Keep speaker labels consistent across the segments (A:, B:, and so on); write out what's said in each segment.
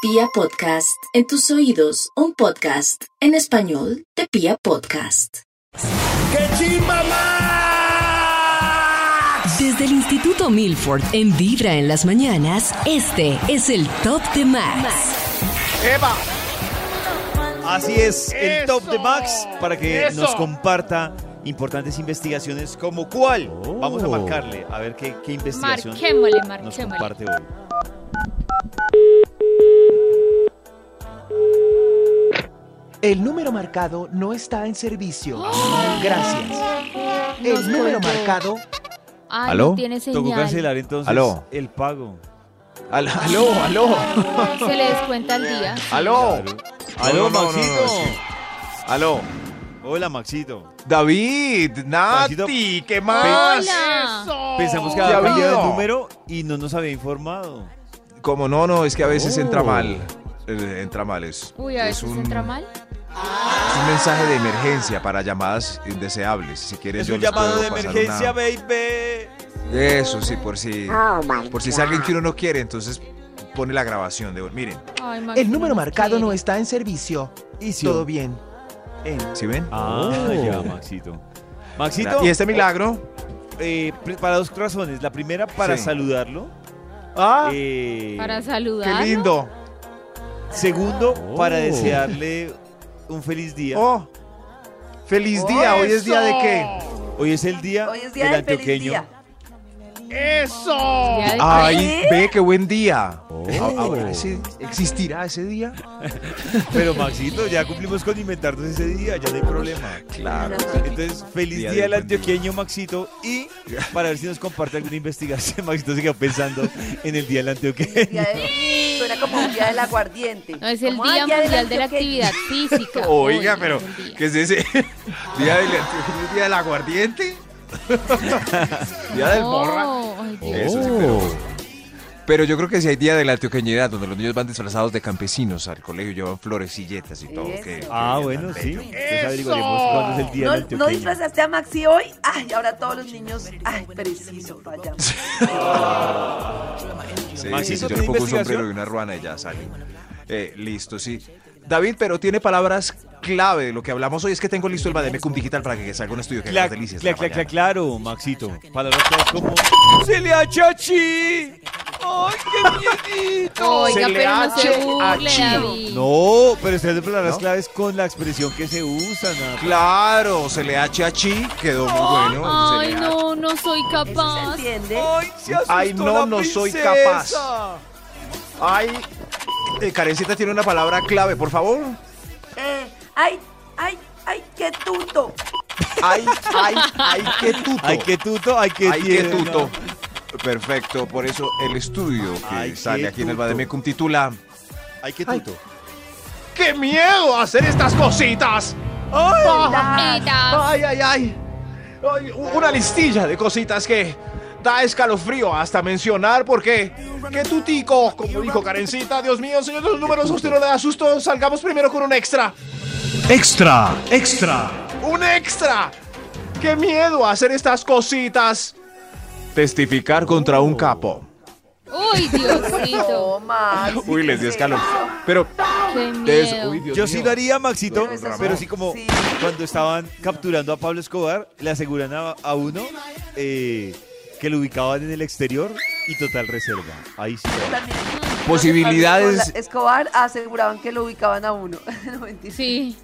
A: Pia Podcast, en tus oídos, un podcast en español de Pia Podcast.
B: ¡Qué chimba más!
C: Desde el Instituto Milford, en Vibra en las mañanas, este es el Top de Max.
B: ¡Epa!
D: Así es, el
B: ¡Eso!
D: top de Max para que
B: ¡Eso!
D: nos comparta importantes investigaciones como cuál. Vamos a
E: Oh.
D: marcarle, a ver qué, qué investigación
F: Marquémosle,
D: nos
F: marquémosle.
D: comparte hoy.
G: El número marcado no está en servicio. Gracias.
H: ¡Oh!
G: El número marcado.
F: Ay,
E: ¿Aló?
F: no tiene
D: Tocó
F: señal.
D: cancelar entonces
E: Aló.
D: el pago.
E: Al- aló, aló,
F: Se le descuenta el día.
E: aló,
D: Oh. ¡Aló,
E: no, no,
D: Maxito!
E: no, sí. aló.
D: Hola, Maxito.
E: David, Nati,
D: Maxito,
E: ¿qué más?
F: Hola.
D: Pensamos que
E: ¿Qué
D: había
E: ha
D: cambiado el
E: habido?
D: número y no nos había informado.
E: Como no, no, es que a veces
D: Oh.
E: entra mal. Eh, Entra mal, es,
F: Uy, a
E: es
F: veces entra mal.
E: es un mensaje de emergencia para llamadas indeseables. Si quieres,
D: Es
E: Pues yo
D: un
E: les
D: llamado
E: puedo
D: de
E: pasar
D: emergencia,
E: una-
D: baby.
E: Eso, sí, por si, por si es alguien que uno no quiere, entonces pone la grabación de. Miren,
F: Ay, Max,
G: El número
F: nos
G: marcado no
F: quiere.
G: está en servicio.
D: Y si-
G: Todo bien.
E: ¿sí ven?
D: Ah, ya, Maxito. Maxito,
E: Y este milagro.
D: eh, pre- para dos razones. La primera, para
E: Sí.
D: saludarlo.
E: Ah,
D: Eh,
F: Para
E: qué
F: saludar.
E: lindo.
D: Segundo, para desearle un feliz día.
E: Oh, feliz día. Hoy es día de qué?
D: Hoy es el día,
I: Hoy es día
D: del
I: del feliz
D: antioqueño.
I: día.
B: ¡Eso!
F: Ya de-
E: Ay, Ah, ve qué buen día. Ah, ahora ese- ¿Existirá ese día?
D: Pero Maxito, ya cumplimos con inventarnos ese día, ya no hay problema.
E: Claro.
D: Entonces, feliz
E: Día
D: día,
E: del
D: del
E: buen día.
D: antioqueño, Maxito. Y para ver si nos comparte alguna investigación, Maxito sigue pensando en el día del antioqueño.
I: Día de- suena como un día del aguardiente.
F: No, es el
I: Como, ah,
F: Día Mundial de la
I: antioqueño.
F: Actividad Física.
E: Oiga,
F: Hoy
E: pero
F: es el día.
E: ¿qué es ese? ¿Día del, día del aguardiente? ¿Día del morra?
F: Oh, ay, Dios.
E: Eso sí, pero... Pero yo creo que si hay día de la antioqueñidad, donde los niños van disfrazados de campesinos al colegio, llevan florecilletas y todo.
I: Eso.
E: qué- qué
D: Ah,
E: día tan
D: bueno, sí.
E: bello.
D: Entonces averiguaremos cuándo es el día del
I: ¿No, ¿No
D: antioqueño.
I: disfrazaste a Maxi hoy? Ay, ahora todos los niños. Ay, preciso, vayamos.
E: Sí,
D: Maxito,
E: sí, sí, yo
D: ¿tiene
E: le pongo un
D: investigación?
E: sombrero y una ruana y ya sale. Eh, listo, sí. David, pero tiene palabras clave de lo que hablamos hoy. Es que tengo listo el Bademecum Digital para que salga un estudio que haga
D: Cla-
E: las delicias. de
D: cla-
E: la
D: cla-
E: mañana.
D: cla- claro, Maxito. Palabras claras como... ¡Celia Chachi! ¡Ay, qué miedito!
F: Oiga,
E: Se le
F: pero no se
E: hace
F: burle,
E: achino.
F: David.
D: No, pero ustedes de palabras
E: ¿No?
D: claves con la expresión que se usa, nada.
E: Claro, se le hache a Chi, quedó muy bueno. se
F: Ay,
E: le hache.
F: no, no soy
I: Eso se
F: capaz.
I: entiende.
D: se
E: Ay, no,
D: la
E: no soy
D: princesa.
E: Ay, eh, Karencita tiene una palabra clave, por favor.
I: Eh, ay, ay, ay, qué tuto.
E: Ay, ay, ay, qué tuto.
D: Ay, qué tuto, ay, qué
E: Ay, qué
D: tierno.
E: tuto. Perfecto, por eso el estudio que
D: Ay, qué
E: sale aquí en el
D: tuto.
E: Bademecum titula
D: Ay, qué tuto.
G: ¡Qué miedo hacer estas cositas!
I: Las-
F: Tita.
G: Ay, ay, ay. Ay, u- Una listilla de cositas que da escalofrío hasta mencionar porque... ¡Qué tutico! Como dijo Karencita, Dios mío, señor, los números a usted no le da susto. Salgamos primero con un extra.
B: Extra, extra.
G: ¡Un extra! ¡Qué miedo hacer estas cositas!
E: Testificar contra un capo.
F: Uy, Diosito.
I: No, Maxi.
E: Uy, les
I: ¿qué
E: di
I: es
E: escalón.
I: eso?
E: Pero
F: Qué
E: es-
F: miedo.
E: uy, Dios
D: Yo sí
E: mío.
D: lo haría, Maxito,
I: Pero esas-
D: pero sí como
I: sí.
D: cuando estaban capturando a Pablo Escobar, le aseguran a, a uno eh, que lo ubicaban en el exterior y total reserva. Ahí sí.
I: También.
E: Posibilidades.
I: Escobar aseguraban que lo ubicaban a uno. No, mentira.
F: Sí.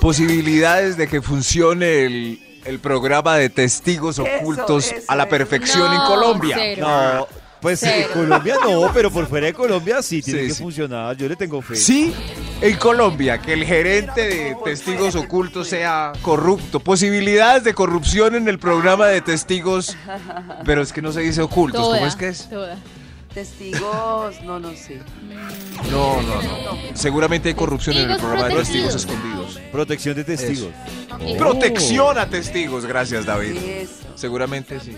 E: Posibilidades de que funcione el, el programa de testigos
I: Eso,
E: ocultos
I: eso
E: a la
I: es.
E: perfección en
F: No,
E: Colombia.
F: cero.
D: No, pues en
F: Cero.
D: Colombia no, pero por fuera de Colombia sí tiene
E: Sí,
D: que
E: sí.
D: funcionar. Yo le tengo fe.
E: Sí, en Colombia, que el gerente de testigos ocultos sea corrupto. Posibilidades de corrupción en el programa de testigos, pero es que no se dice ocultos.
F: Toda,
E: ¿Cómo es que es?
F: Toda.
I: Testigos, no, no sé.
E: No, no, no. Seguramente hay corrupción en el
F: Testigos
E: programa de testigos
F: protegidos. Oh.
E: escondidos.
D: Protección de testigos.
E: Protección a testigos, gracias David.
I: Eso.
E: Seguramente sí.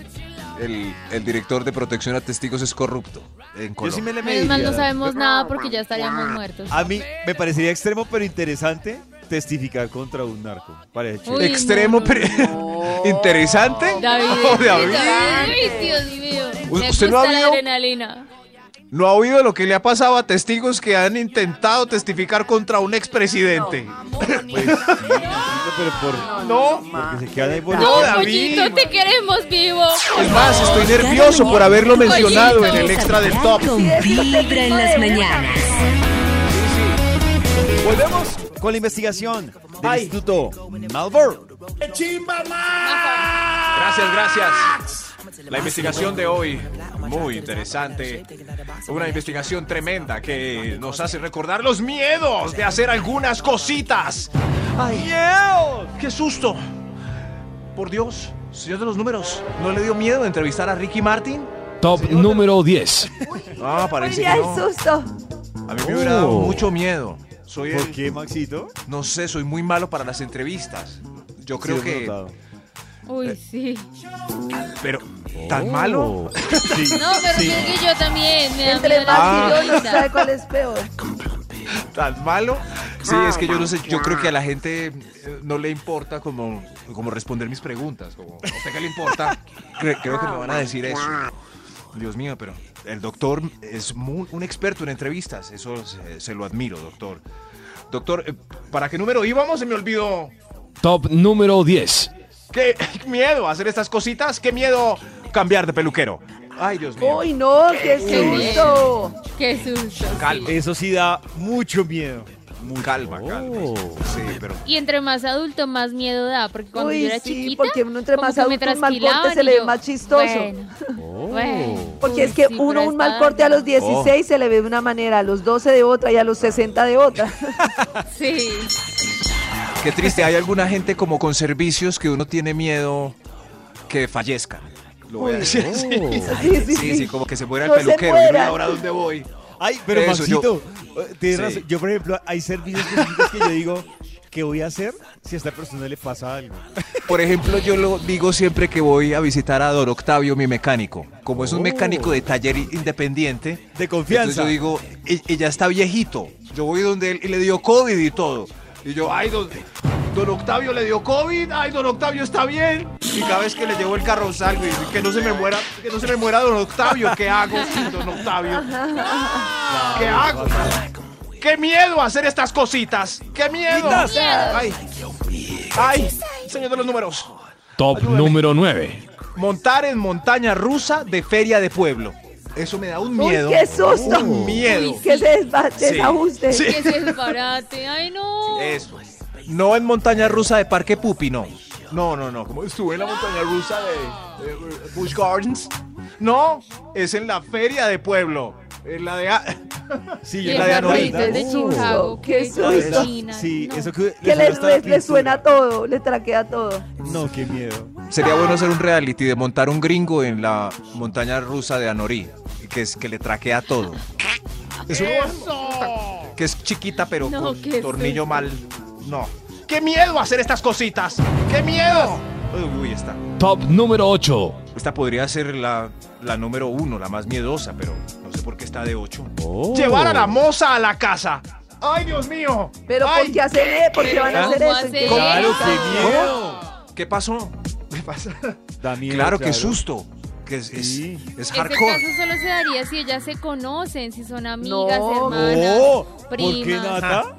E: El, el director de protección a testigos es corrupto en
D: Yo sí
E: Colombia.
D: me le
F: Menos mal no
D: mediría.
F: sabemos nada porque ya estaríamos muertos.
I: Ah,
D: A mí me parecería extremo pero interesante testificar contra un narco. Parece chévere.
F: Uy,
E: Extremo,
F: no, no,
E: pero-
I: No.
E: interesante.
F: David,
E: Oh, David.
F: David, Dios mío.
E: U-
F: Me
E: ¿usted no
F: gusta
E: ha
F: la
E: habido-
F: adrenalina.
E: ¿No ha oído lo que le ha pasado a testigos que han intentado testificar contra un expresidente?
D: Pues, pero por...
E: No.
D: Porque se quedan ahí por...
F: No,
E: David.
F: pollito, te queremos vivo.
E: Es más, estoy nervioso por haberlo mencionado en el extra del top.
C: Con vibra en las mañanas.
D: Volvemos con la investigación del Instituto Malvor.
G: Gracias, gracias. La investigación de hoy, muy interesante. Una investigación tremenda que nos hace recordar los miedos de hacer algunas cositas. ¡Ay! ¡Qué susto! Por Dios, señor de los números, ¿no le dio miedo entrevistar a Ricky Martin?
J: Top número 10.
G: Ah, parece
I: Mira
G: que
I: el
G: no.
I: susto.
G: A mí me hubiera dado
D: Oh.
G: mucho miedo. Soy
D: ¿Por
G: el-
D: qué, Maxito?
E: No sé, soy muy malo para las entrevistas. Yo creo
D: Sí, lo he
E: que...
D: notado.
F: Uy, sí.
E: Pero, ¿tan malo?
D: Oh. Sí.
F: No, pero es que yo también me da miedo
I: Entre
F: la
I: más y yo no
F: entrevista.
I: sabe cuál es peor.
E: ¿Tan malo? Sí, es que yo no sé, yo creo que a la gente eh, no le importa como, como responder mis preguntas. Como, ¿a usted qué le importa? Cre- creo que me van a decir eso. Dios mío, pero el doctor es mu- un experto en entrevistas. Eso se, se lo admiro, doctor.
G: Doctor, eh, ¿para qué número íbamos? Se me olvidó.
J: Top número 10.
G: ¡Qué miedo hacer estas cositas! ¡Qué miedo cambiar de peluquero! ¡Ay, Dios mío!
I: Uy, no, qué susto.
F: Qué susto. sí.
G: Calma.
D: Eso sí da mucho Oh. miedo.
E: Calma, calma. Sí, pero
F: Y entre más adulto, más miedo da. Porque cuando
I: Uy,
F: yo era
I: sí,
F: chiquita.
I: porque uno entre
F: como
I: más
F: que me
I: adulto, un mal corte
F: trasquilaban
I: se
F: y
I: le ve
F: yo,
I: más chistoso.
F: bueno,
I: Oh.
F: bueno.
I: Porque es
F: Uy,
I: que
F: sí,
I: uno
F: pero
I: un
F: esta
I: mal corte a
F: edad
I: los 16 se le ve de una manera, a los 12 de otra y a los 60 de otra.
F: no. Sí.
E: qué triste. Hay alguna gente como con servicios que uno tiene miedo que fallezcan. Lo voy a decir.
I: Sí, sí,
E: Sí,
I: sí.
E: sí, como que se muera el
I: No se
E: peluquero. y uno,
I: muera.
E: ¿Y ahora dónde voy?
D: Ay, pero
E: Eso,
D: Maxito, eh, tienes
E: Sí.
D: razón. Yo, por ejemplo, hay servicios específicos que yo digo, ¿qué voy a hacer si a esta persona le pasa algo?
E: Por ejemplo, yo lo digo siempre que voy a visitar a Don Octavio, mi mecánico. Como es un mecánico de taller independiente,
D: De confianza.
E: entonces yo digo, "E- ella está viejito. Yo voy donde él y le dio COVID y todo.
G: Y yo, ¡ay, don, don Octavio le dio COVID! ¡Ay, don Octavio está bien! Y cada vez que le llevo el carro salgo y que no se me muera, que no se me muera don Octavio. ¿Qué hago sin don Octavio? ¿Qué hago? ¡Qué miedo hacer estas cositas! ¡Qué miedo! ¡Ay! ¡Ay! Señor de los números.
J: Top número 9.
G: Montar en montaña rusa de feria de pueblo. Eso me da un
I: Uy,
G: miedo.
I: qué susto.
G: Un miedo.
I: Que se desba- desajuste.
G: Sí.
F: Que se desbarate. Ay, no.
G: Eso.
E: No en montaña rusa de Parque Pupi, no.
G: No, no, no. Como estuve en la montaña rusa de, de Bush Gardens. No, es en la feria de pueblo. En la de. A-
D: Sí,
F: Y
D: yo
F: el
G: la
D: la
G: de
D: de
F: carrito
G: Anoeta.
F: es de Chicago.
I: Qué
F: que
I: susto.
F: es de China,
D: Sí,
F: no.
D: eso que,
I: Que le,
D: suena hasta la
I: le- le suena
D: pintura.
I: todo, le traquea todo.
D: No, qué miedo.
E: Sería bueno hacer un reality de montar un gringo en la montaña rusa de Anorí, que es que le traquea todo.
G: Eso.
E: Que es chiquita pero
F: No,
E: con
F: qué
E: tornillo
F: susto.
E: mal.
G: No. ¡Qué miedo hacer estas cositas! ¡Qué miedo!
E: Uy, está.
J: Top número 8.
E: Esta podría ser la, la número uno, la más miedosa, pero no sé por qué está de ocho.
G: Llevar a la moza a la casa. ¡Ay, Dios mío!
I: Pero
G: Ay,
I: ¿por qué hacen eso? ¿Por qué van a
F: ¿cómo
I: hacer eso? ¿En
F: hacen
I: qué
F: Claro,
I: momento?
D: qué miedo.
E: ¿Qué pasó?
G: ¿Qué pasa?
D: Da miedo,
E: claro, que susto. Que es, es-
D: Sí.
E: es
F: Ese
E: hardcore.
F: caso solo se daría si ellas se conocen, si son amigas,
I: No.
F: hermanas,
D: No, ¿por qué
F: primas.
D: nata?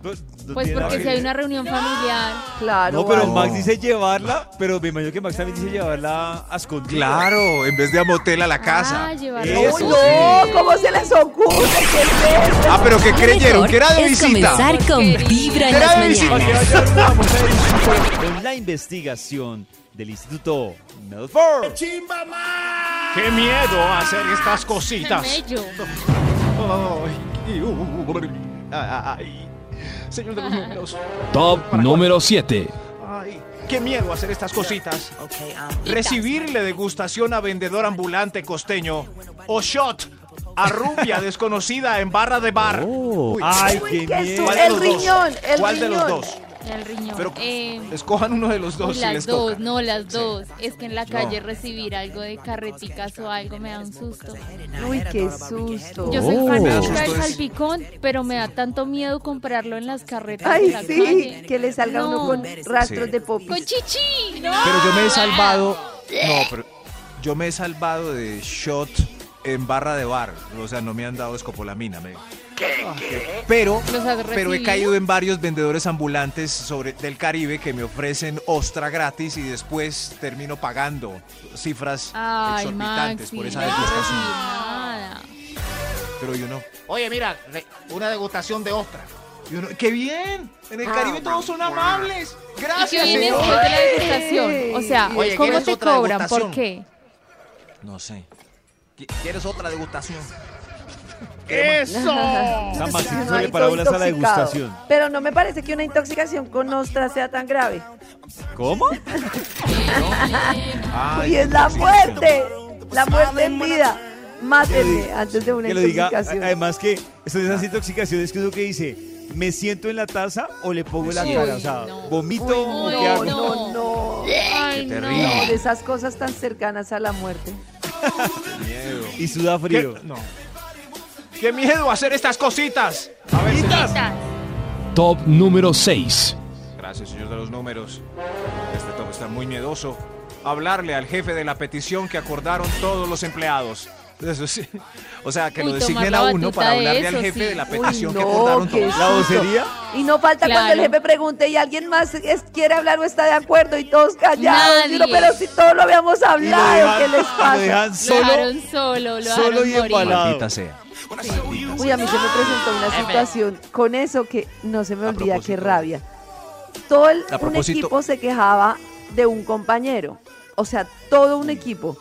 D: No, no
F: Pues
D: tiene nada
F: porque
D: que
F: si hay
D: ver.
F: una reunión familiar.
I: Claro,
D: No, pero
I: vale.
D: Max dice llevarla, pero me imagino que Max también dice llevarla a escondidas.
E: Claro, en vez de a motel a la casa.
F: Ah, llevarla.
D: Eso
I: Uy,
D: sí.
I: no, ¿cómo se les ocurre? ¿Qué es eso?
E: Ah, pero que
C: Lo
E: creyeron
C: mejor
E: que era de
C: es
E: visita.
C: comenzar con
F: Porquería.
C: vibra en
E: Era
C: las
E: de visita.
C: mañanas.
D: Con la investigación del Instituto Melford.
G: ¡Qué miedo hacer estas cositas!
F: Camello.
G: Ay, y- ay, señor de los números.
J: Top número 7.
G: Ay, qué miedo hacer estas cositas. Recibirle degustación a vendedor ambulante costeño. O shot a rubia desconocida en barra de bar.
J: Oh.
G: Uy,
D: Ay,
I: Uy,
D: qué
I: qué
D: miedo.
I: susto.
G: ¿cuál de
I: El
G: los dos?
I: riñón, el
G: ¿Cuál de los
I: riñón.
G: dos?
F: El riñón.
E: Pero
F: Eh,
E: escojan uno de los
F: uy,
E: dos si
F: las
E: les
F: dos,
E: toca.
F: no, las dos. Es que en la calle recibir algo de carreticas o algo me da un susto.
I: Uy, qué susto.
F: Yo soy
J: Oh.
F: fanática
E: Esto
F: del
E: es-
F: salpicón, pero me da tanto miedo comprarlo en las carretas. de
I: Ay,
F: la
I: sí,
F: calle.
I: que le salga uno
F: No.
I: con rastros
E: Sí.
I: de popis.
F: Con chichi. no.
E: Pero yo me he salvado. No, pero yo me he salvado de shot en barra de bar. O sea, no me han dado escopolamina. me- Ah, Pero,
F: ¿Los has
E: pero he
F: recibido?
E: caído en varios vendedores ambulantes sobre, del Caribe que me ofrecen ostra gratis y después termino pagando cifras
F: Ay,
E: exorbitantes
F: Maxi,
E: por esa
F: no quiero
E: degustación.
F: decir nada.
E: Pero yo no.
H: Oye, mira, re- una degustación de ostras.
E: Yo no- ¡Qué bien! En el Caribe todos son amables.
F: ¿Y qué
E: Gracias,
F: viene
E: señor.
F: después de la degustación? O sea,
H: Oye,
F: ¿cómo
H: ¿quieres
F: te
H: otra
F: cobran? ¿Por
H: degustación?
F: qué?
E: No sé. ¿Qui- ¿Quieres otra degustación?
G: ¡Eso!
D: San Maxito
I: Ay,
D: se le
I: todo
D: paró bolas a la ah,
I: intoxicado.
D: degustación.
I: Pero no me parece que una intoxicación con ostras sea tan grave.
D: ¿Cómo?
I: y es la muerte. La muerte en vida. Mátenme antes de una
D: Que lo diga.
I: intoxicación.
D: Además que son esas intoxicaciones que uno que dice, ¿me siento en la taza o le pongo la
F: Sí.
D: cara? O
F: Uy,
D: sea,
F: no.
D: ¿vomito
I: Uy,
D: o
F: no,
D: qué hago?
I: no, no,
F: Ay,
E: terrible.
F: no.
I: no, de esas cosas tan cercanas a la muerte.
E: Miedo.
D: Y suda frío.
G: No. ¡Qué miedo hacer estas cositas! A ver,
J: Top número 6.
E: Gracias, señor de los números. Este top está muy miedoso. Hablarle al jefe de la petición que acordaron todos los empleados. Eso sí. O sea, que
F: Uy,
E: lo
F: tomar
E: designen
F: la
E: a uno
F: batuta
E: para
F: de
E: hablarle
F: eso,
E: al jefe
F: sí.
E: de la
F: Uy,
E: petición que
I: no,
E: acordaron
I: qué
E: todos.
D: ¿La vocería?
I: Y no falta cuando el
F: Claro.
I: jefe pregunte y alguien más es- quiere hablar o está de acuerdo y todos callados.
F: Nadie.
I: Y uno, pero si todos lo habíamos
D: Y lo
I: hablado, ¿qué
D: dejan-
I: les
D: Lo
I: pasa?
D: dejan
F: Lo
D: solo.
F: dejaron solo, lo
D: solo
F: dejaron
D: y
F: morir.
D: embalado.
E: Maldita sea.
I: Uy, a mí se me presentó una situación con eso que no se me
E: A
I: olvida, qué
E: propósito.
I: rabia. Todo el,
E: A
I: un
E: propósito.
I: equipo se quejaba de un compañero. O sea, todo un equipo.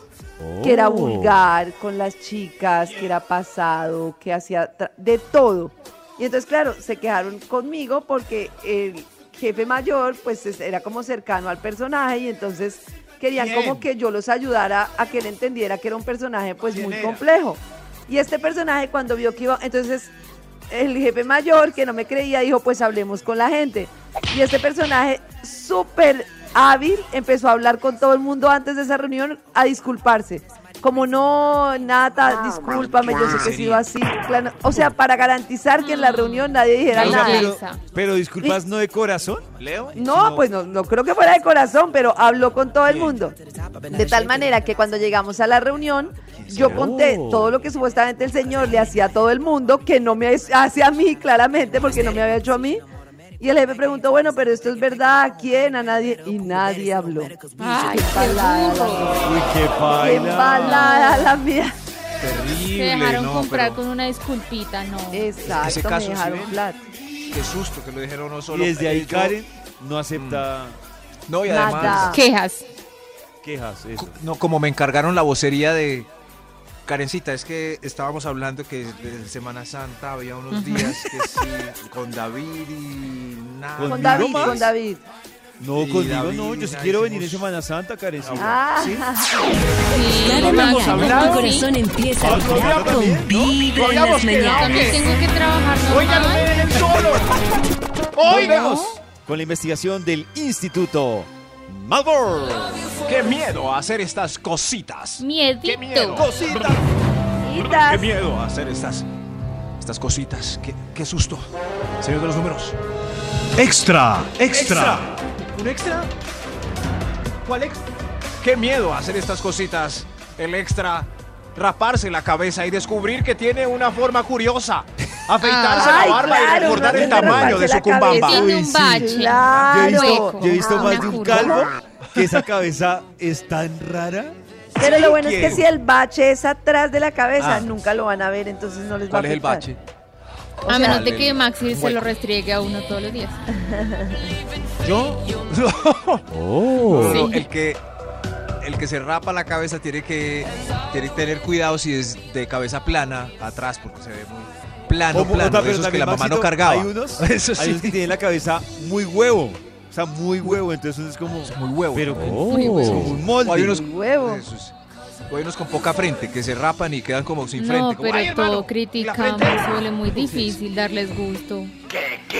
I: Que
E: Oh.
I: era vulgar con las chicas, que era pasado, que hacía tra- de todo. Y entonces, claro, se quedaron conmigo porque el jefe mayor, pues es- era como cercano al personaje y entonces querían
G: Bien.
I: como que yo los ayudara a que él entendiera que era un personaje pues
G: ¿Quién
I: muy
G: era?
I: complejo. Y este personaje cuando vio que iba, entonces el jefe mayor que no me creía dijo pues hablemos con la gente. Y este personaje súper hábil empezó a hablar con todo el mundo antes de esa reunión a disculparse. Como no,
D: Ah,
I: Nata, discúlpame, yo sé que he sido así. claro". O sea, para garantizar que en la reunión nadie dijera
F: Ahí
D: O sea,
I: nada.
F: está.
D: pero, pero disculpas, no de corazón.
E: Leo.
I: No, pues no, no creo que fuera de corazón, pero habló con todo el mundo. De tal manera que cuando llegamos a la reunión, yo conté todo lo que supuestamente el señor le hacía a todo el mundo, que no me hace a mí, claramente, porque no me había hecho a mí. Y el jefe preguntó, bueno, pero esto es verdad, ¿a quién? A nadie. Y nadie habló.
F: Ay,
I: Qué
F: qué
I: embalada la
F: burro.
I: mía.
D: Uy, qué
I: Qué
D: paila.
I: embalada la mía.
F: Se
E: Terrible.
F: dejaron
E: no,
F: comprar
E: pero
F: con una disculpita, no.
I: Eh, Exacto,
E: caso,
I: me
E: ¿sí
I: dejaron
E: ven?
I: plata.
E: Qué susto que lo dijeron no
D: Y
E: solo.
D: desde ahí
E: ellos.
D: Karen no acepta
E: No, y además.
I: Nada.
F: Quejas.
D: quejas. Eso.
E: No, como me encargaron la vocería de Karencita, es que estábamos hablando que de Semana Santa había unos días que sí, con David y nada.
I: Con
D: ¿Conmigo
I: David,
D: más?
I: con David.
D: No,
E: Y
D: conmigo
E: David,
D: no. Yo sí
E: ahí
D: quiero venir en
E: hicimos-
D: Semana Santa, Karencita.
I: Ah,
F: Sí,
C: Cada mañana tu corazón empieza a vibrar con Vibra en las mañanas.
F: También tengo que trabajar
G: ¡Oigan, me
F: normal.
G: dejen solo! ¡Oigan!
D: Con la investigación del Instituto Malbor.
G: ¡Qué miedo hacer estas cositas! ¡Qué miedo!
F: Miedito.
G: ¡Cositas! ¡Qué
I: Itas.
G: miedo hacer estas, estas cositas! ¡Qué, qué susto! Señor de los números.
B: Extra, extra.
G: ¿Un extra? ¿Cuál extra? ¡Qué miedo hacer estas cositas! El extra, raparse la cabeza y descubrir que tiene una forma curiosa. Afeitarse
I: Ay,
G: la barba
I: claro,
G: y recordar
I: uno
G: el
I: tiene que
G: tamaño de
I: raparse
G: su
I: la
G: cumbamba.
I: cabeza.
F: Tiene
D: Uy,
F: un
D: sí.
F: bache.
D: Yo he
I: Claro.
D: visto, yo he visto
I: Ah,
D: más
I: una
D: de un
F: curva.
D: calvo que esa cabeza es tan rara.
I: Pero lo bueno es
E: quiero.
I: que si el bache es atrás de la cabeza,
E: Ah.
I: nunca lo van a ver, entonces no les va a
E: ¿Cuál es el
I: afectar.
E: bache?
F: A menos de
E: el-
F: que Maxi se
E: bueno.
F: lo restriegue a uno todos los días.
E: ¿Yo?
D: Oh.
E: No, el que el que se rapa la cabeza tiene que tiene que tener cuidado si es de cabeza plana atrás porque se ve muy
D: Ah,
E: plano, plano, de esos que la mamá no cargaba.
D: Hay unos,
E: Eso
D: hay
E: sí.
D: unos que tienen la cabeza muy huevo. O sea, muy huevo. Entonces uno es como.
E: Muy huevo.
D: Pero como
F: Muy huevo.
D: un molde.
E: O hay unos,
I: Muy huevo.
E: Eso sí. O hay unos con poca frente que se rapan y quedan como sin frente.
F: No,
E: como,
F: pero
E: "Ay,
F: todo
E: hermano".
F: criticamos, suele muy difícil darles gusto.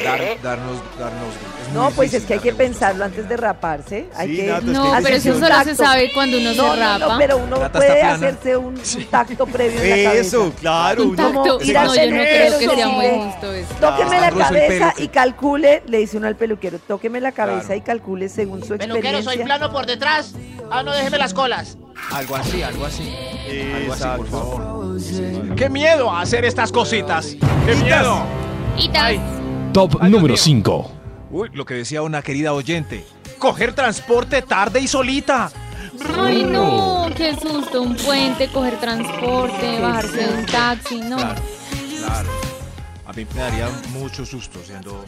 E: dar- darnos, darnos. es muy
I: No, pues
E: difícil
I: es que hay
E: darle gusto a
I: que
E: esa
I: pensarlo antes de
E: manera.
I: raparse. Hay
D: Sí,
I: que-
D: Nata, es
F: No,
D: que-
F: pero eso solo se
I: Exacto.
F: sabe cuando uno
I: No,
F: se
I: no, no,
F: rapa.
I: pero uno
E: Nata está
I: puede
E: plana.
I: hacerse un, un tacto previo en la
D: Eso,
I: cabeza.
D: claro.
F: Un
D: uno-
F: tacto. No,
I: Exacto.
F: yo no creo que
I: Eso.
F: sea muy justo eso.
I: Tóqueme
E: Ah,
I: la
E: ruso el
I: cabeza
E: peluque.
I: y calcule, le dice uno al peluquero, tóqueme la cabeza
E: Claro.
I: y calcule según su
H: Peluquero, soy
I: experiencia.
H: plano por detrás. Ah, no, déjeme las colas.
E: Algo así, algo así. Algo así,
D: Exacto.
E: por favor.
G: ¡Qué miedo hacer estas cositas! ¡Qué miedo!
F: Y tal.
J: Top
G: Ay, Dios
J: número
G: mío.
J: 5.
E: Uy, lo que decía una querida oyente.
G: Coger transporte tarde y solita.
F: Ay, no, qué susto. Un puente, coger transporte, bajarse de un taxi, no.
E: Claro, claro. A mí me daría mucho susto siendo.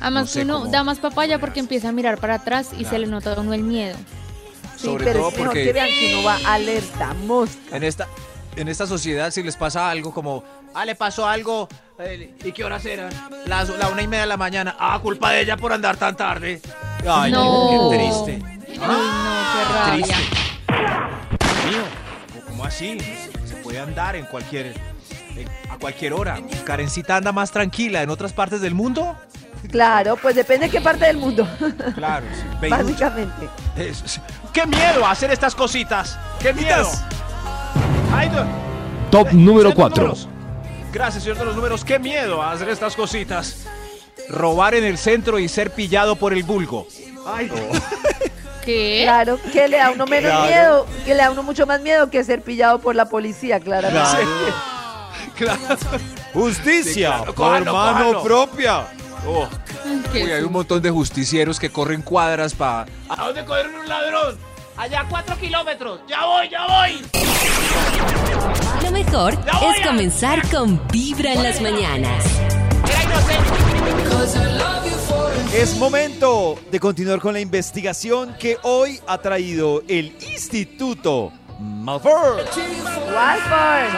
F: Además,
E: no sé
F: uno
E: cómo-
F: da más papaya porque empieza a mirar para atrás y se le nota a uno el miedo.
I: Sí,
E: sobre
I: pero
E: todo
I: es mejor
E: porque-
I: que vean que uno va alerta, mosca.
E: En esta, en esta sociedad, si les pasa algo como. Ah, le pasó algo. eh, ¿Y qué horas eran? Las, la una y media de la mañana. Ah, culpa de ella por andar tan tarde. Ay,
F: no.
E: qué triste.
F: Ay, no, qué rabia.
E: Mío, ¿o ¿cómo así? Se puede andar en cualquier, en- a cualquier hora. Karencita anda más tranquila en otras partes del mundo.
I: Claro, pues depende de qué parte del mundo,
E: Claro, sí. Beirut.
I: básicamente.
E: Es- es-
G: ¡Qué miedo hacer estas cositas! ¡Qué miedo! Ay, no.
J: Top
G: Eh, señor
J: número
G: de
J: 4.
G: los números. Gracias, señor de los números. ¡Qué miedo hacer estas cositas! Robar en el centro y ser pillado por el vulgo.
D: Ay, no.
F: ¿Qué?
I: Claro, que le da uno menos
D: Claro.
I: miedo, que le da uno mucho más miedo que ser pillado por la policía, claramente.
D: Claro.
E: claro.
D: Justicia,
E: Sí, claro,
D: por
E: cójalo,
D: mano
E: cójalo.
D: propia.
F: Ay, qué
E: Uy, hay un
F: susto.
E: montón de justicieros que corren cuadras para...
H: ¿A dónde correr un ladrón? Allá cuatro kilómetros. Ya voy, ya voy.
C: Lo mejor es comenzar con Vibra en las mañanas.
H: Era inocente.
D: Es momento de continuar con la investigación que hoy ha traído el Instituto Malfour.
I: Walford.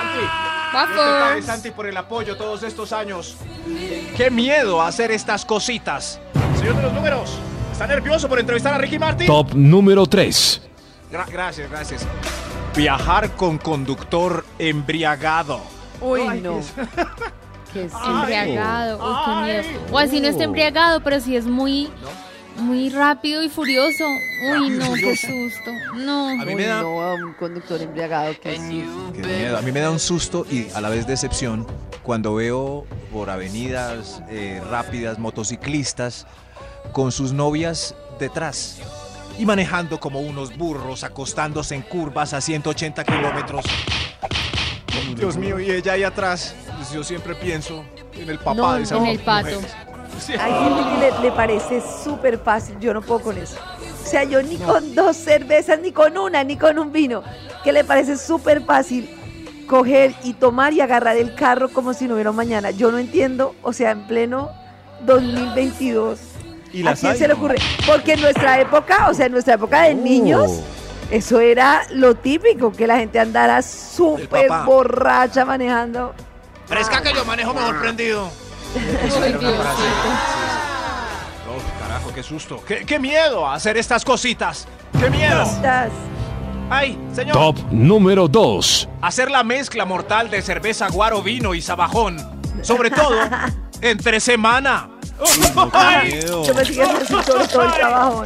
F: Vapor.
G: Gracias, Santi, por el apoyo todos estos años. ¡Qué miedo hacer estas cositas! Señor de los números, ¿está nervioso por entrevistar a Ricky Martin?
J: Top número 3.
E: Gra- gracias, gracias.
G: Viajar con conductor embriagado.
I: Uy, no. Qué susto.
F: Embriagado. Uy, qué miedo. O así
E: Uh.
F: no está embriagado, pero sí es muy, muy rápido y furioso. Uy, no, qué susto. No.
E: Ah, A mí
I: Uy,
E: me da...
I: no, a un conductor embriagado, qué susto.
E: Qué miedo. A mí me da un susto y a la vez decepción cuando veo por avenidas eh, rápidas motociclistas con sus novias detrás y manejando como unos burros, acostándose en curvas a 180 kilómetros. Dios mío, y ella ahí atrás. Pues Yo siempre pienso en el papá
I: No,
E: de esa
F: En
I: no.
F: el pato.
I: Hay gente que le, le parece súper fácil, yo no puedo con eso. O sea, yo ni con dos cervezas, ni con una, ni con un vino, que le parece súper fácil coger y tomar y agarrar el carro como si no hubiera un mañana. Yo no entiendo, o sea, en pleno 2022,
D: Y
I: ¿a
D: las
I: quién
D: hay,
I: se le
D: ¿no?
I: ocurre? Porque en nuestra época, o sea, en nuestra época
E: Oh.
I: de niños, eso era lo típico, que la gente andara súper
E: papá.
I: borracha manejando.
G: Fresca que yo manejo mejor prendido.
F: Ay, Diosito.
E: Oh, carajo, qué susto.
G: ¡Qué, qué miedo hacer estas cositas! ¡Qué miedo!
I: Estás-
G: ¡Ay, señor!
J: Top número 2.
G: Hacer la mezcla mortal de cerveza, guaro, vino y sabajón. Sobre todo, entre semana.
D: Ay,
G: ¡Ay!
D: miedo.
I: Yo me sigo haciendo todo, todo el trabajo.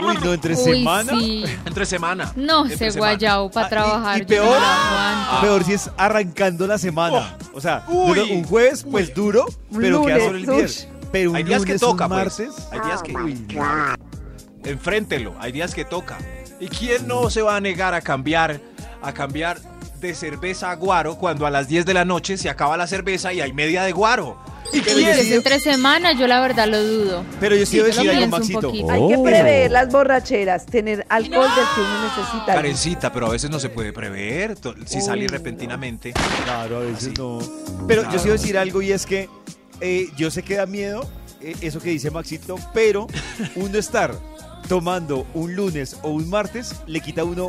D: Uy, no, entre
F: Uy,
D: semana.
F: sí.
E: Entre semana.
F: No,
E: Entre
F: ese
E: semana.
F: guayao
D: Ah,
F: para
D: y-
F: trabajar.
D: Y,
F: yo no
D: peor, ah,
F: lo aguanto.
D: peor si es arrancando la semana. o sea,
E: Oh, Uy.
D: duro- un jueves, pues duro,
I: Un
D: pero queda
I: lunes,
D: solo el
I: uy.
D: viernes. Pero un
E: Hay días que
D: lunes,
E: toca,
D: un
E: pues.
D: martes.
E: Hay días que. Uy, no. Enfréntelo, hay días que toca. ¿Y quién no se va a negar a cambiar, a cambiar de cerveza a guaro cuando a las 10 de la noche se acaba la cerveza y hay media de guaro? ¿Y
F: Uy,
E: quién?
F: si es entre semana, yo la verdad lo dudo.
D: Pero yo sí
F: Yo
D: debo
F: lo
D: decir algo,
F: pienso un
D: Maxito.
F: poquito.
I: Hay que
J: Oh.
I: prever las borracheras, tener alcohol del que uno necesita.
E: Karencita, pero a veces no se puede prever to- si
I: Uy,
E: sale
I: no.
E: repentinamente.
D: Claro, a veces
E: Así.
D: no. Pero yo
E: Claro.
D: sí iba a decir algo y es que eh, yo sé que da miedo eh, eso que dice Maxito, pero uno estar tomando un lunes o un martes le quita a uno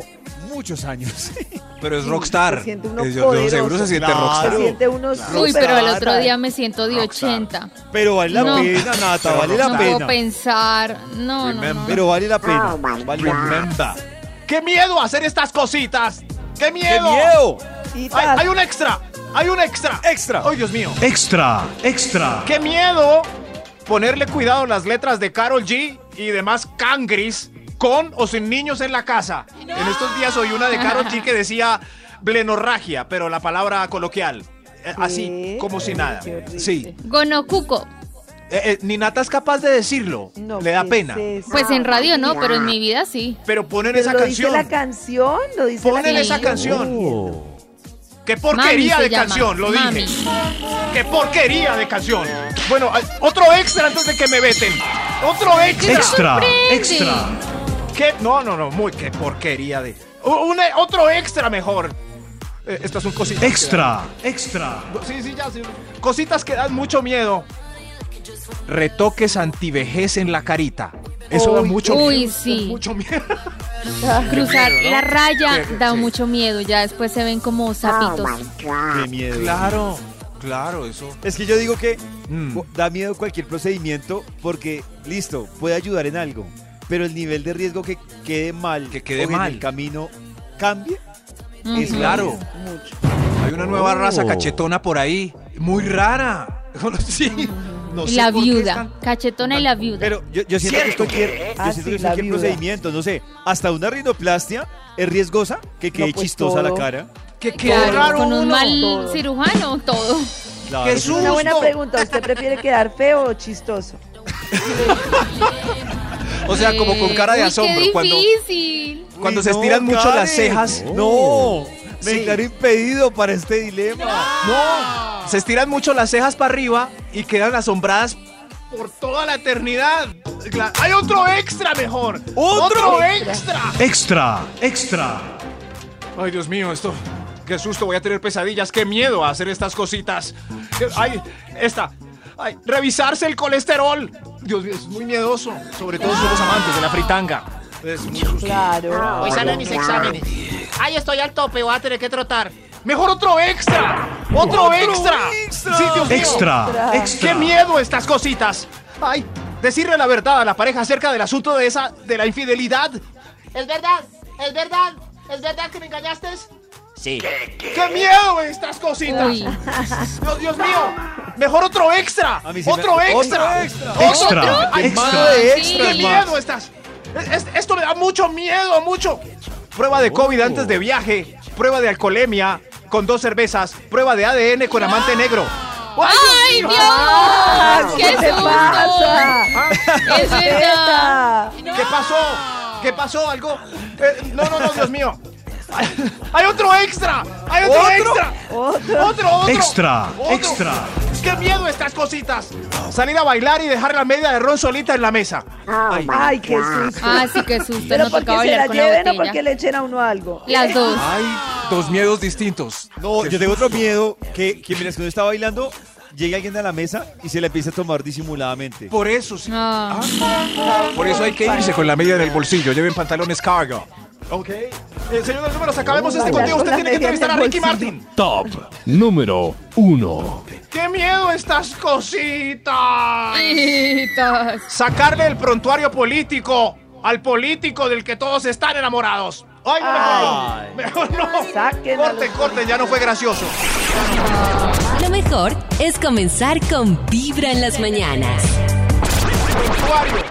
D: muchos años.
E: Pero es
I: Sí,
E: rockstar.
I: se siente uno
E: Es- yo- yo
I: poderoso.
E: seguro se siente
D: Claro.
I: Se
E: rockstar.
I: siente uno
F: Uy,
I: súper
F: pero al otro
I: fatal.
F: día me siento de 80.
D: pero vale la
F: No.
D: pena, Nata, vale la
F: No puedo
D: pena.
F: pensar. No, no, no.
D: Pero vale la pena. Vale la pena.
E: Remember.
G: ¡Qué miedo hacer estas cositas! ¡Qué
D: ¡Qué
G: miedo!
D: miedo!
I: Y
G: ¡Ay,
I: tal.
G: hay un extra! ¡Hay un extra!
D: ¡Extra!
G: ¡Ay, Dios mío!
B: Extra, extra.
G: ¡Qué miedo
E: ponerle cuidado a las letras de Carol G y demás cangris con o sin niños en la casa. En estos días oí una de Carol G que decía blenorragia, pero la palabra coloquial. eh, Así,
I: ¿Qué?
E: como si nada.
I: Qué horrible.
E: Sí.
F: Gonocuco.
E: Eh, eh, ni Nata es capaz de decirlo.
I: No,
E: Le da
I: ¿qué
E: pena.
I: es eso?
F: Pues en radio no, pero en mi vida sí.
E: Pero ponen
I: Pero
E: esa
I: lo
E: canción.
I: dice la canción, lo dice la
E: Ponen esa canción. ¡Qué porquería
F: Mami se
E: de
F: llama.
E: canción! Lo
F: Mami.
E: dije. ¡Qué porquería de canción! Bueno, ay, otro extra antes de que me veten. ¡Otro extra!
K: Extra,
F: sorprende.
K: extra.
E: ¿Qué? No, no, no. Muy, qué porquería de. U- una- otro extra mejor. Eh, estas son cositas. que
K: Extra, extra.
E: dan- sí, sí, ya. sí. Cositas que dan mucho miedo. Retoques antivejez en la carita. Eso da
I: Uy,
E: mucho
F: uy,
E: miedo.
F: sí.
E: Mucho miedo.
F: Cruzar
E: miedo, ¿no?
F: la raya
E: Sí,
F: da
E: sí.
F: mucho miedo. Ya después se ven como sapitos.
I: Ah,
D: Qué miedo.
G: Claro, claro, eso.
D: Es que yo digo que
G: Mm.
D: cu- da miedo cualquier procedimiento porque, listo, puede ayudar en algo, pero el nivel de riesgo que quede mal,
G: Que quede
D: o que en
G: mal.
D: el camino cambie,
F: Ujú.
D: es
G: Claro. Hay una nueva
K: Oh.
G: raza cachetona por ahí. Muy rara. sí. No
F: Y
G: sé
F: la
G: por qué
F: viuda.
G: están-
F: Cachetona y la viuda.
D: Pero yo, yo siento que es cualquier, yo siento
I: Ah, sí,
D: que es
I: la
D: cualquier
I: viuda.
D: procedimiento, no sé, hasta una rinoplastia es riesgosa que quede
I: pues,
D: chistosa la
I: todo.
D: cara.
G: Que quede
F: Claro,
G: raro
F: con un
G: uno.
F: mal
I: Todo.
F: cirujano, todo.
D: Claro.
G: ¡Qué susto!
I: Una buena pregunta, ¿usted prefiere quedar feo o chistoso?
G: O sea, como con cara de
F: Uy,
G: asombro.
F: Qué
G: Cuando,
F: difícil.
G: cuando
D: Uy,
G: se
D: no,
G: estiran mucho
D: Karen.
G: las cejas.
D: No, me
G: Sí.
D: declaro impedido para este dilema.
G: No. Se estiran mucho las cejas para arriba y quedan asombradas.
E: Por toda la eternidad. Cla- ¡Hay otro extra mejor!
G: ¡Otro
E: extra!
K: Extra, extra.
E: Ay, Dios mío, esto. Qué susto, voy a tener pesadillas. Qué miedo a hacer estas cositas. Eh, Ay, esta. Ay, revisarse el colesterol. Dios mío, es muy miedoso. Sobre todo si somos amantes de la fritanga. Es muy susto.
F: Ah,
I: Claro.
L: Hoy salen mis exámenes. Ay, estoy al tope, voy a tener que trotar.
E: Mejor otro extra. Otro, extra. Sí, Dios mío.
K: Extra, extra.
E: Qué miedo estas cositas. Ay, decirle la verdad a la pareja acerca del asunto de esa, de la infidelidad.
L: Es verdad, es verdad, es verdad que me engañaste. Sí.
E: ¡Qué miedo estas cositas!
F: Uy.
E: Dios, Dios mío, mejor otro extra.
D: A mí sí me-
E: Otro, extra.
D: Otro extra.
E: Otro-
K: Extra,
E: Ay,
K: extra.
E: madre de
F: Sí.
E: extra. ¡Qué miedo estás! Es- es- esto me da mucho miedo, mucho. Prueba de COVID antes de viaje. Prueba de alcoholemia con dos cervezas. Prueba de ADN con amante negro.
F: ¡Ay,
E: mío!
F: Dios! ¡Qué
I: ¿Qué te
F: susto!
I: pasa?
F: Es verdad.
I: Esta.
E: ¿Qué pasó? ¿Qué pasó? ¿Algo? Eh, no, no, no, Dios mío. ¡Hay otro extra! ¡Hay otro, extra!
I: Otro.
E: ¡Otro, otro!
K: Extra,
E: Otro.
K: extra.
E: ¡Qué miedo estas cositas! Salir a bailar y dejar la media de ron solita en la mesa.
I: Ay, qué susto.
F: Ah, sí, qué susto.
I: Pero
F: No
I: porque
F: tocaba
I: se la
F: bailar con la
I: lleven o
F: botella.
I: porque le echen a uno algo.
F: Las dos.
G: Hay dos miedos distintos.
D: No, yo tengo otro miedo que, que mientras que uno está bailando, llegue alguien a la mesa y se la empieza a tomar disimuladamente.
G: Por eso, sí.
F: Ah.
G: Por eso hay que irse con la media en el bolsillo. Lleven pantalones cargo.
E: Ok. Eh, señor de los números, acabemos este
I: Bailar
E: conteo.
I: con
E: Usted
I: la
E: tiene que
I: media en
E: entrevistar a
I: el
E: Ricky
I: bolsillo.
E: Martin.
J: Top número 1.
E: ¡Qué miedo estas cositas!
F: Hijitas.
E: Sacarle el prontuario político al político del que todos están enamorados. ¡Ay, no! Mejor no.
I: Saquen a los
E: Corten, corten, ya no fue gracioso.
C: Lo mejor es comenzar con Vibra en las mañanas.
E: Prontuario.